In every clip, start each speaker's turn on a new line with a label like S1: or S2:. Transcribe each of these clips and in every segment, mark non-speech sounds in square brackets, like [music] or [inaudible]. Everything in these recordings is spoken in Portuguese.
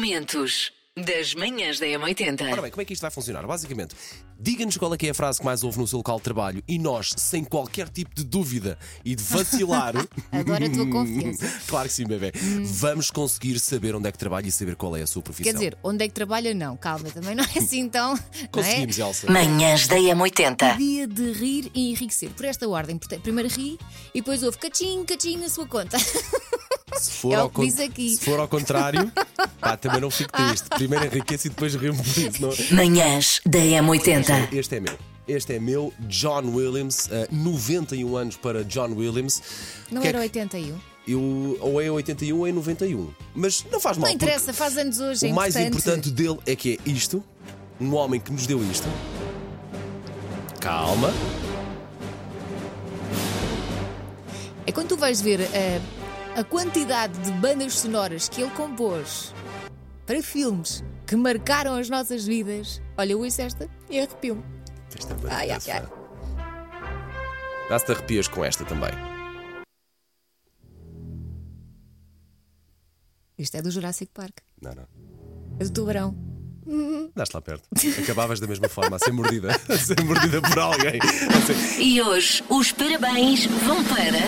S1: Momentos das manhãs da
S2: Ora
S1: M80.
S2: bem, como é que isto vai funcionar? Basicamente, diga-nos qual é que é a frase que mais ouve no seu local de trabalho e nós, sem qualquer tipo de dúvida e de vacilar.
S3: [laughs] Adoro a tua confiança.
S2: [laughs] claro que sim, bebê. Vamos conseguir saber onde é que trabalha e saber qual é a sua profissão.
S3: Quer dizer, onde é que trabalha? Não, calma, também não é assim tão. não é?
S2: conseguimos, Elsa.
S1: Manhãs da M80.
S3: Dia de rir e enriquecer. Por esta ordem, portanto, primeiro ri e depois ouve cachim, cachim na sua conta.
S2: Se for,
S3: é o
S2: ao
S3: que
S2: con-
S3: diz aqui.
S2: se for ao contrário, pá, também não fico triste. Primeiro enriqueço e depois rimo por isso, não é?
S1: Manhãs da
S3: Tá.
S1: M80.
S2: Este é meu. Este é meu, John Williams. eh, 91 anos para John Williams.
S3: [laughs] Não
S2: Que é
S3: era
S2: que-
S3: 81.
S2: Eu, ou é 81 ou é 91. Mas não faz mal.
S3: Não interessa,
S2: porque
S3: faz anos hoje. é
S2: o mais importante dele é que é isto. Um homem que nos deu isto. Calma.
S3: É quando tu vais ver eh, a quantidade de bandas sonoras que ele compôs para filmes que marcaram as nossas vidas. Olha, eu ouço esta e arrepio-me.
S2: Esta é
S3: Ai, ai,
S2: maravilhosa.
S3: ai.
S2: Dá-se de arrepias com esta também.
S3: Isto é do Jurassic Park,
S2: Não, não.
S3: é do Tubarão.
S2: Daste lá [laughs] perto. Acabavas da mesma forma, a ser mordida. [laughs] A ser mordida por [laughs] alguém. A ser-
S1: E hoje os parabéns vão para.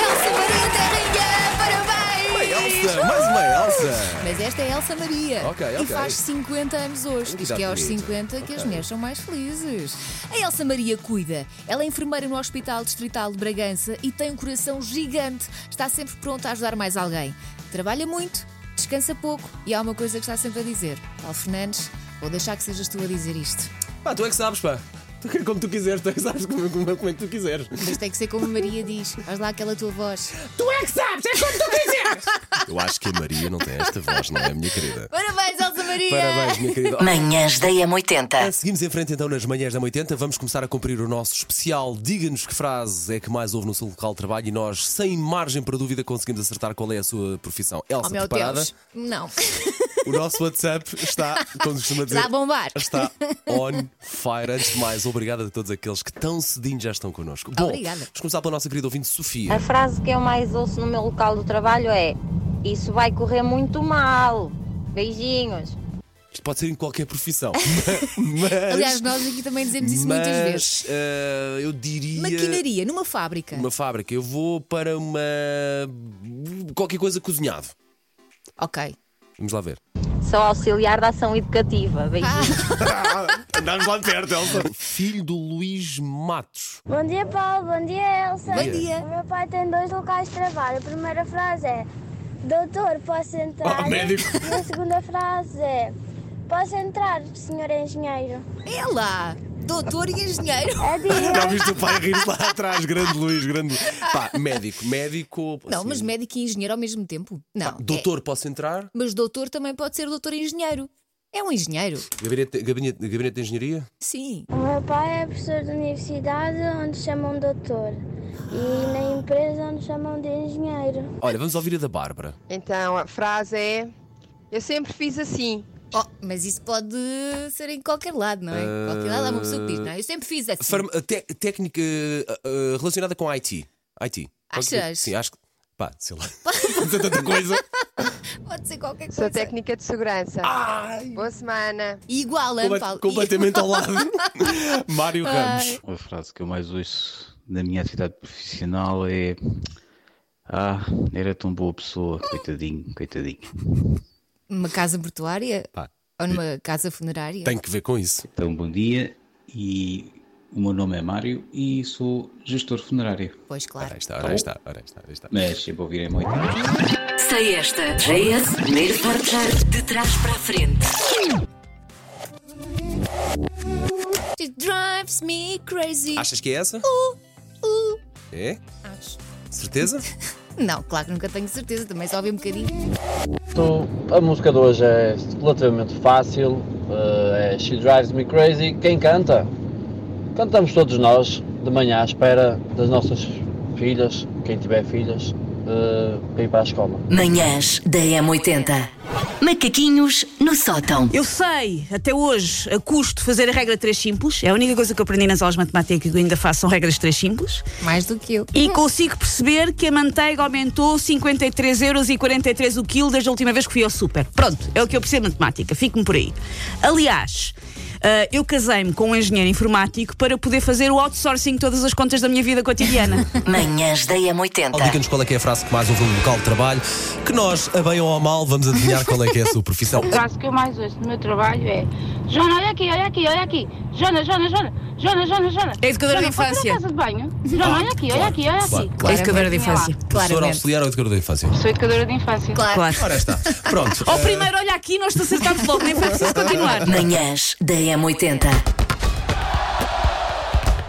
S3: Elsa Maria Terrinha, parabéns!
S2: Uma Elsa! Mais uma Elsa!
S3: Mas esta é Elsa Maria
S2: Ok,
S3: e
S2: ok.
S3: faz 50 anos hoje. Diz que é aos
S2: Exatamente.
S3: 50 que as
S2: Ok.
S3: mulheres são mais felizes. A Elsa Maria cuida. Ela é enfermeira no Hospital Distrital de Bragança e tem um coração gigante. Está sempre pronta a ajudar mais alguém. Trabalha muito, descansa pouco e há uma coisa que está sempre a dizer. Paulo Fernandes, vou deixar que sejas tu a dizer isto.
S2: Pá, tu é que sabes, pá. Tu é como tu quiseres, tu é que sabes como, como- como é que tu quiseres.
S3: Mas tem que ser como a Maria diz. Faz lá aquela tua voz.
S2: Tu é que sabes, é como tu quiseres! Eu acho que a Maria não tem esta voz, não é, minha [laughs] querida?
S3: Parabéns, Elsa Maria!
S2: Parabéns, minha querida.
S1: Manhãs da M80.
S2: Seguimos em frente então nas manhãs da 80. Vamos começar a cumprir o nosso especial. Diga-nos que frase é que mais ouve no seu local de trabalho e nós, sem margem para dúvida, conseguimos acertar qual é a sua profissão. Elsa,
S3: Oh, meu
S2: preparada?
S3: Deus. Não.
S2: [laughs] O nosso WhatsApp está, como se costuma dizer,
S3: Está a bombar.
S2: Está on fire. Antes de mais, obrigado a todos aqueles que tão cedinho já estão connosco. Bom,
S3: Obrigada. Ah.
S2: vamos começar pela nossa querida ouvinte
S4: A
S2: Sofia.
S4: frase que eu mais ouço no meu local do trabalho é: Isso vai correr muito mal. Beijinhos.
S2: Isto pode ser em qualquer
S3: [laughs]
S2: profissão. Mas,
S3: Aliás, nós aqui também dizemos isso
S2: mas,
S3: muitas vezes.
S2: eh, eu diria.
S3: Maquinaria, numa fábrica.
S2: Uma fábrica. Eu vou para uma. qualquer coisa cozinhado.
S3: [laughs] Ok.
S2: Vamos lá [laughs] ver.
S4: Sou auxiliar da ação educativa. Beijinhos.
S2: Andámos lá de perto, Elsa. Filho do Luís Matos.
S5: Bom dia, Paulo. Bom dia, Elsa.
S3: Bom dia.
S5: O meu pai tem dois locais de trabalho. A primeira frase é: Doutor, posso entrar?
S2: Oh, médico.
S5: E a segunda frase é: Posso entrar, senhor engenheiro? É
S3: É lá, doutor e engenheiro.
S5: Adeus.
S2: Já viste o pai rir lá atrás? Grande Luís, grande. Pá, médico, médico.
S3: Não,
S2: assim, Ah,
S3: mas médico e engenheiro ao mesmo tempo. Não.
S2: Doutor, posso entrar?
S3: é- mas doutor também pode ser doutor e engenheiro. É um engenheiro.
S2: Gabinete, gabinete, gabinete de engenharia?
S3: Sim.
S5: O meu pai é professor de universidade, onde chamam doutor. E na empresa, onde chamam de engenheiro.
S2: Olha, vamos ouvir a da Bárbara.
S6: Então a frase é: Eu sempre fiz assim.
S3: Oh, mas isso pode ser em qualquer lado, não é?
S2: Eh,
S3: Qualquer lado há uma pessoa que diz, não é? Eu sempre fiz assim.
S2: Farm- a te- técnica uh, uh, relacionada com IT. IT. Pode ser?
S3: Achas?
S2: Sim, acho que. Pá, sei
S3: [laughs]
S2: lá. Pode ser tanta coisa.
S3: Pode ser qualquer coisa.
S6: Sou técnica de segurança.
S2: Ai,
S6: Boa semana.
S3: Igual, hein,
S2: comple-
S3: Paulo?
S2: é completamente ao
S3: [laughs]
S2: lado. Mário Ramos.
S7: A frase que eu mais ouço na minha atividade profissional é: Ah, era tão boa pessoa, coitadinho, coitadinho.
S3: Uma casa portuária?
S2: Pá,
S3: Ou numa casa funerária?
S2: tem que ver com isso.
S7: Então, bom dia e o meu nome é Mário e sou gestor funerário.
S3: Pois, claro.
S2: Ora aí está, ora aí está, ora aí está, ora aí está.
S7: Mas sempre ouvirem muito.
S1: Sei esta. JS, primeiro portar de trás para a frente.
S3: It drives me crazy.
S2: Achas que é essa?
S3: Uh,
S2: É?
S3: acho.
S2: Certeza?
S3: Não, claro que nunca tenho certeza. Também só ouvi um bocadinho.
S8: Portanto, Então, a música de hoje é relativamente fácil, eh, é She Drives Me Crazy. Quem canta? Cantamos todos nós, de manhã à espera das nossas filhas, quem tiver filhas, eh, para ir para a escola.
S1: Manhãs da M80. Macaquinhos no no sótão.
S9: Eu sei, até hoje, a custo fazer a regra 3 simples. É a única coisa que eu aprendi nas aulas de matemática que eu ainda faço são regras 3 simples.
S3: Mais do que eu.
S9: E consigo perceber que a manteiga aumentou 53,43€ o quilo desde a última vez que fui ao super. Pronto, é o que eu percebo de matemática, fico-me por aí. Aliás, ah, eu casei-me com um engenheiro informático para poder fazer o outsourcing de todas as contas da minha vida cotidiana.
S1: Manhãs da
S2: Paulo,
S1: M80.
S2: Diga-nos qual é que é a frase que mais ouve no local de trabalho, que nós, a bem ou ao mal, vamos adivinhar qual é que é a sua profissão.
S4: A frase que eu mais ouço no meu trabalho é Jona, olha aqui, olha aqui, olha aqui. Jona, Jona, Jona. Jona, Jona, Jona.
S9: É educadora de
S4: Jona, pode ir
S9: infância.
S4: à casa de banho? Jona, olha aqui, olha aqui, olha
S2: Ah, Claro,
S4: aqui.
S2: claro.
S9: Educadora de
S4: Tinha lá.
S9: infância.
S2: Professora
S3: Claramente.
S2: auxiliar é ou educadora
S9: [laughs]
S2: da infância?
S4: Sou educadora de infância.
S9: Claro.
S2: Ora está. Pronto. Eh,
S9: Ao primeiro, olha aqui, nós te acertámos logo, nem foi preciso continuar.
S1: Manhãs da M80. Linha de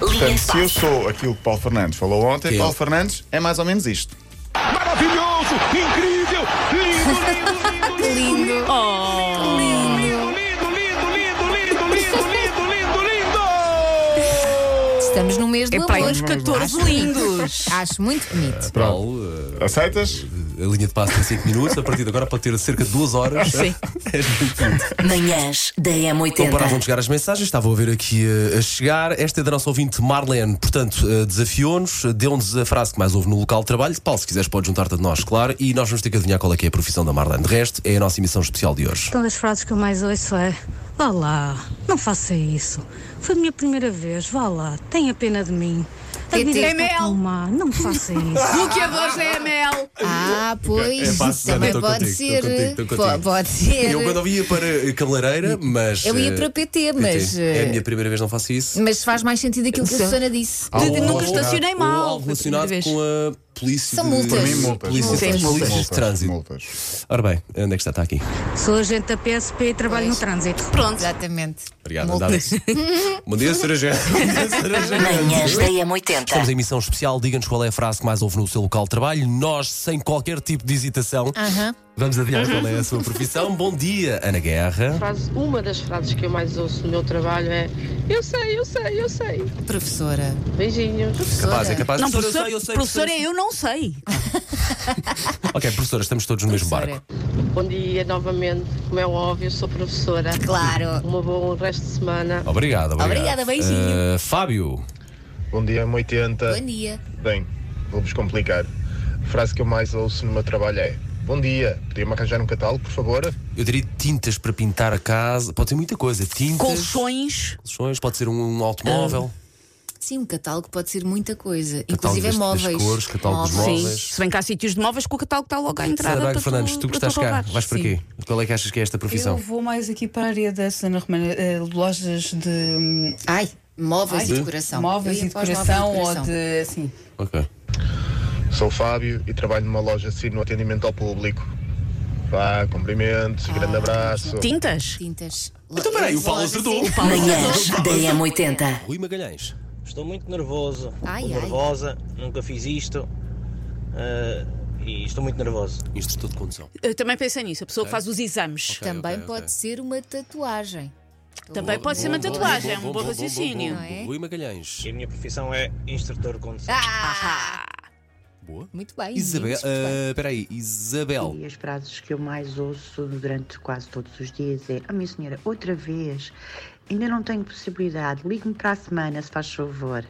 S10: Portanto, se eu
S1: passe.
S10: sou aquilo que Paulo Fernandes falou ontem,
S2: Que é?
S10: Paulo Fernandes é mais ou menos isto.
S11: Maravilhoso, incrível, lindo, lindo, lindo, lindo,
S9: Oh,
S11: lindo, lindo, lindo, lindo, lindo, lindo, lindo, lindo.
S3: Estamos no mês do
S9: epá,
S3: amor.
S9: uns 14 lindos.
S3: Acho muito bonito.
S2: Paulo, eh,
S10: Aceitas?
S2: a linha de passo tem 5 minutos, a partir de agora pode ter cerca de 2 horas. [laughs] É
S9: Sim.
S1: Manhãs da
S2: Não paravam
S1: M80.
S2: de chegar as mensagens, estavam a ver aqui eh, a chegar. Esta é da nossa ouvinte Marlene, portanto, eh, desafiou-nos, eh, deu-nos a frase que mais houve no local de trabalho. Paulo, se quiseres, podes juntar-te a nós, claro, e nós vamos ter que adivinhar qual é que é a profissão da Marlene. De resto, é a nossa emissão especial de hoje.
S11: Uma das frases que eu mais ouço é: vá lá, não faça isso. Foi a minha primeira vez, vá lá, tenha pena de mim. A vida
S3: TT.
S11: é tão má, não faça isso.
S9: Bloqueadores da ML.
S3: Ah, pois.
S2: É fácil,
S3: também
S2: estou
S3: pode
S2: contigo,
S3: ser.
S2: estou contigo, estou
S3: Po-
S2: contigo.
S3: Pode ser.
S2: Eu quando ia para cabeleireira, mas.
S3: Eu ia
S2: eh,
S3: para PT, mas,
S2: É a
S3: eh,
S2: minha primeira vez, não faço isso. um
S3: Mas faz mais sentido aquilo que a Susana disse.
S9: De- de- nunca estacionei
S2: Ou
S9: mal.
S2: algo
S9: Foi a primeira
S2: relacionado
S9: vez.
S2: com a polícia.
S3: São
S2: de-
S3: multas. Para mim,
S10: multas.
S2: Polícia,
S10: Multas.
S2: polícias
S10: Multas,
S2: de trânsito.
S10: Multas.
S2: Ora bem, onde é que está? Está aqui.
S11: Sou agente da PSP e trabalho
S3: Pois.
S11: no trânsito.
S9: Pronto.
S3: Exatamente.
S2: Obrigado,
S3: Multas.
S2: andava. [laughs] Bom dia, Sra.
S11: [laughs]
S2: Gente. Bom dia, Sra. Gente.
S11: é.
S1: Manhãs da
S2: Estamos
S1: M80.
S2: em emissão especial. Diga-nos qual é a frase que mais ouve no seu local de trabalho. Nós, sem qualquer tipo de hesitação,
S3: Aham.
S2: vamos adivinhar qual é a sua profissão. Bom dia, Ana Guerra.
S4: Frase, uma das frases que eu mais ouço no meu trabalho é Eu sei, eu sei, eu sei.
S3: Professora.
S4: Beijinhos.
S2: Capaz, é capaz.
S9: Não, professor,
S2: Professora, eu sei, eu sei,
S9: professor, é eu não sei.
S2: Ok, professora, estamos todos no mesmo barco.
S3: Professora.
S4: Bom dia novamente, como é óbvio, sou professora.
S3: Claro.
S4: Uma boa um resto de semana.
S2: Obrigado, obrigado.
S3: Obrigada, beijinho.
S2: Eh, Fábio.
S11: Bom dia, 80.
S3: Bom dia.
S11: Bem, vou-vos complicar. A frase que eu mais ouço no meu trabalho é: Bom dia, podia-me arranjar um catálogo, por favor?
S2: Eu diria tintas para pintar a casa. Pode ser muita coisa. Tintas,
S9: Colchões.
S2: colchões, pode ser um automóvel,
S3: Sim, um catálogo pode ser muita coisa,
S2: Catálogo
S3: inclusive
S2: das- das
S3: é móveis.
S2: cores, catálogo dos
S3: Móveis.
S2: móveis.
S9: Se bem que há sítios de móveis que o catálogo está logo à entrada.
S2: Sara
S9: para
S2: Fernandes, tu que
S9: para
S2: estás cá,
S9: roubares.
S2: vais para quê? Qual é que achas que é esta profissão?
S11: vou mais aqui para a área da Sana Romana, eh, lojas de hum,
S3: Ai, móveis e decoração. Eu ia para os móveis e decoração.
S11: de. assim.
S2: Ok.
S11: Sou o Fábio e trabalho numa loja assim no atendimento ao público. Vá,
S4: Ah,
S11: cumprimentos, grande abraço.
S9: Tintas?
S3: tintas.
S2: Então peraí, o Paulo
S3: Lojas,
S2: acertou.
S3: sim.
S1: Manhãs da M80.
S2: Rui Magalhães.
S11: Estou muito nervoso.
S3: Ai,
S11: Estou
S3: ai.
S11: nervosa, nunca fiz isto. ah, e estou muito nervoso.
S2: Instrutor de condução.
S9: Eu também pensei nisso, a pessoa que faz os exames.
S2: Ok,
S3: Também
S2: ok,
S3: pode
S2: ok.
S3: ser uma tatuagem.
S9: Também pode ser uma
S3: boa,
S9: tatuagem, é
S2: Bom,
S9: um
S2: bom,
S9: bom
S2: bom, bom,
S9: raciocínio.
S2: bom, bom,
S3: Não é?
S2: Rui Magalhães.
S11: E a minha profissão é instrutor de condução.
S3: Ah,
S2: Boa.
S3: muito bem.
S2: Isabel.
S3: muito bem.
S2: ah, Peraí, Isabel.
S4: E as frases que eu mais ouço durante quase todos os dias é: A minha senhora, outra vez, ainda não tenho possibilidade, ligue-me para a semana, se faz favor.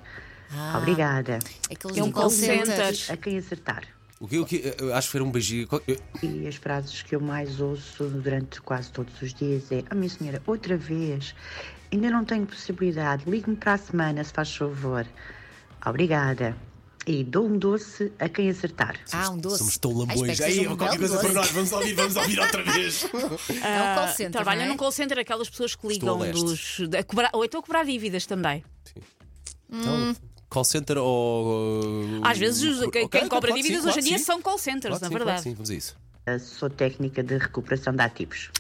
S3: Ah,
S4: Obrigada.
S3: Aqueles
S9: É um
S3: do
S9: call center.
S4: A quem acertar.
S2: O que, o que, eu acho que foi um beijinho. Qual- eu-
S4: E as frases que eu mais ouço durante quase todos os dias é: A minha senhora, outra vez, ainda não tenho possibilidade, ligue-me para a semana, se faz favor. Obrigada. E dou um doce a quem acertar.
S3: Ah, um doce.
S2: Somos tão
S3: Ah,
S2: lambões.
S3: espero que seja
S2: Aí,
S3: um
S2: qualquer
S3: belo
S2: coisa para
S3: doce.
S2: nós. Vamos ouvir, vamos ouvir outra vez.
S3: É um call
S9: Ah,
S3: center.
S9: Trabalha
S3: não é?
S9: num call center, aquelas pessoas que
S2: Estou
S9: ligam
S2: a leste.
S9: dos. a cobrar- ou então a cobrar dívidas também.
S2: Então, call center ou. uh,
S9: Às vezes, os- quem,
S2: Ok, então
S9: quem cobra
S2: pode sim,
S9: dívidas hoje em
S2: pode
S9: dia
S2: sim.
S9: são call centers,
S2: Pode
S9: na
S2: sim, pode
S9: verdade.
S2: Sim, vamos a isso.
S4: Eu Sou técnica de recuperação de ativos.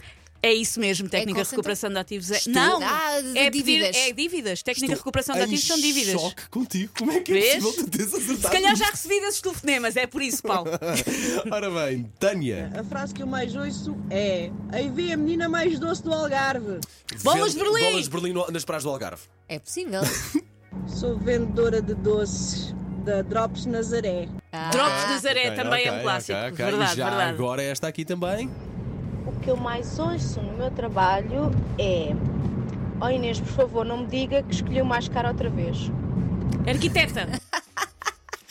S9: É isso mesmo, técnica
S3: call
S9: de
S3: center?
S9: recuperação de ativos. É...
S3: Estou-
S9: Não,
S3: Ah, de
S9: é
S3: dívidas.
S9: Pedir, é dívidas. Técnica de
S2: Estou
S9: recuperação de
S2: em
S9: ativos são dívidas.
S2: choque contigo. Como é que é
S9: Vês?
S2: possível tu teres
S9: Se
S2: acertado?
S9: calhar já recebi desses telefonemas, é por isso, Paulo.
S2: [laughs] Ora bem, Tânia.
S11: A frase que eu mais ouço é: Aí vê a menina mais doce do Algarve.
S9: Bolas de Berlim!
S2: Bolas de Berlim no- nas praias do Algarve.
S3: É possível.
S11: Sou vendedora de doces da Drops Nazaré.
S3: Ah,
S9: Drops de Zaré
S2: Ok,
S9: também é
S2: ok,
S9: um clássico.
S2: ok, ok. E
S9: Verdade,
S2: já
S9: verdade.
S2: agora esta aqui também.
S12: o que eu mais ouço no meu trabalho é: Oh Inês, por favor, não me diga que escolhi o mais caro outra vez.
S2: [laughs]
S9: Arquiteta!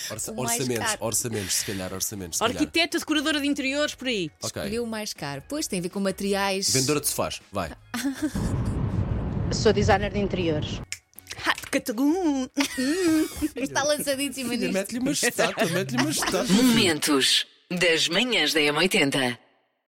S2: Orça-
S9: O mais
S2: orçamentos,
S9: caro.
S2: orçamentos, se calhar, orçamentos. Se calhar.
S9: Arquiteta, decoradora de interiores, por aí.
S2: Ok.
S3: Escolheu o mais caro. Pois tem a ver com materiais.
S2: Vendedora de sofás, vai.
S12: Sou designer de interiores.
S9: Catagum!
S3: Está lançadíssima nisto.
S1: [laughs] Momentos das manhãs da M80.